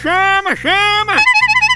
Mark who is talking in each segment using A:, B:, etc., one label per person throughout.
A: chama, chama!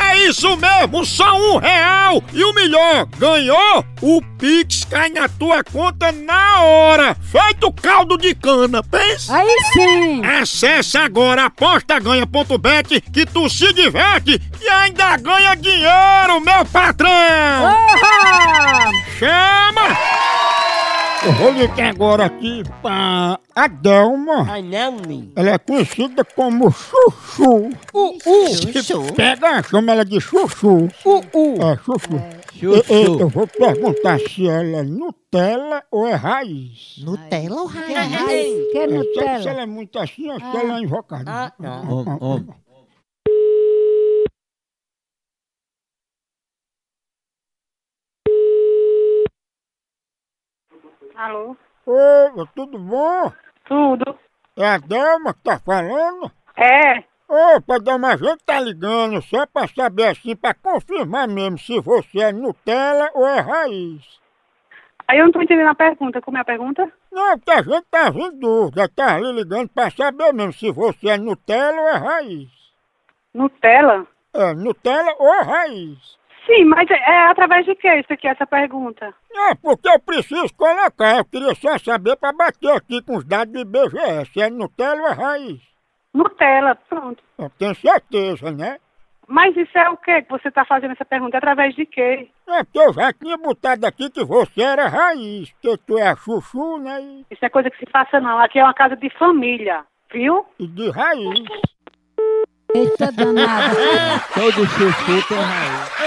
A: É isso mesmo, só um real! E o melhor, ganhou? O Pix cai na tua conta na hora! Feito caldo de cana, pensa!
B: Aí sim!
A: Acesse agora apostaganha.bet que tu se diverte e ainda ganha dinheiro, meu patrão!
B: Oba!
A: Chama! Eu vou ligar agora aqui pra Adelma.
C: Ai, não, menino.
A: Ela é conhecida como Chuchu.
C: Uh, uh.
A: Pega, chama ela de Chuchu.
C: Uh, uh.
A: É, Chuchu. Eu,
C: Chuchu.
A: eu- eu vou perguntar se ela é Nutella ou é raiz.
C: Nutella ou
B: Que
A: Eu sei que se
B: Nutella!
A: ela é muito assim ou se ela é invocada.
C: Ah, não.
D: Alô?
A: Ô, tudo bom?
D: Tudo?
A: É a Delma que tá falando?
D: É,
A: Opa, Delma, a gente tá ligando só pra saber assim, pra confirmar mesmo se você é Nutella ou é raiz.
D: aí eu não tô entendendo a pergunta. Como é a pergunta?
A: Não, porque a gente tá em dúvida, tá lhe ligando pra saber mesmo se você é Nutella ou é raiz.
D: Nutella?
A: É, Nutella ou raiz.
D: Sim, mas é, é através de que isso aqui, essa pergunta?
A: É, porque eu preciso colocar, eu queria só saber pra bater aqui com os dados do IBGE, se é Nutella ou é raiz.
D: Nutella, pronto.
A: Eu tenho certeza, né?
D: Mas isso é o que que você tá fazendo essa pergunta? Através de quê?
A: É porque eu já tinha botado aqui que você era raiz, que tu é chuchu, né? E,
D: Isso é coisa que se faça não. Aqui é uma casa de família, viu?
A: e de raiz.
B: Eita danada!
C: Todo chuchu tem raiz.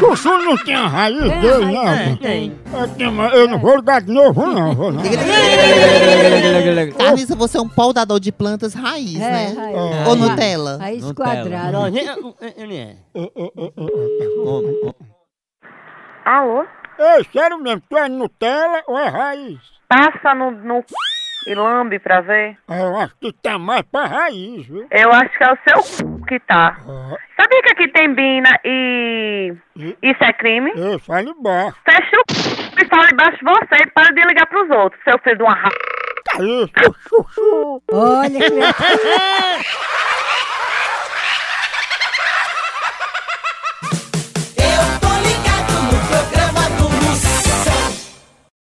A: Chuchu não tem a raiz né? dele, não.
C: Tem.
A: Eu, tenho uma- eu não vou ligar de novo, não, vou não.
E: Carlissa, você é um podador de plantas raiz, né?
B: É, raiz.
E: Ou Nutella.
B: Raiz quadrada.
F: Alô?
A: Ei, sério mesmo, tu é Nutella ou é raiz?
F: Passa no, no c... e lambe pra ver.
A: Ah, Eu acho que tá mais pra raiz, viu?
F: Eu acho que é o seu c... que tá.
A: Ah,
F: Sabia que aqui tem bina e. Isso é crime?
A: eu falo baixo.
F: Fecha o c... e fala embaixo de você e para de ligar pros outros, seu filho de uma ra...
A: Tá isso, chuchu.
B: Olha que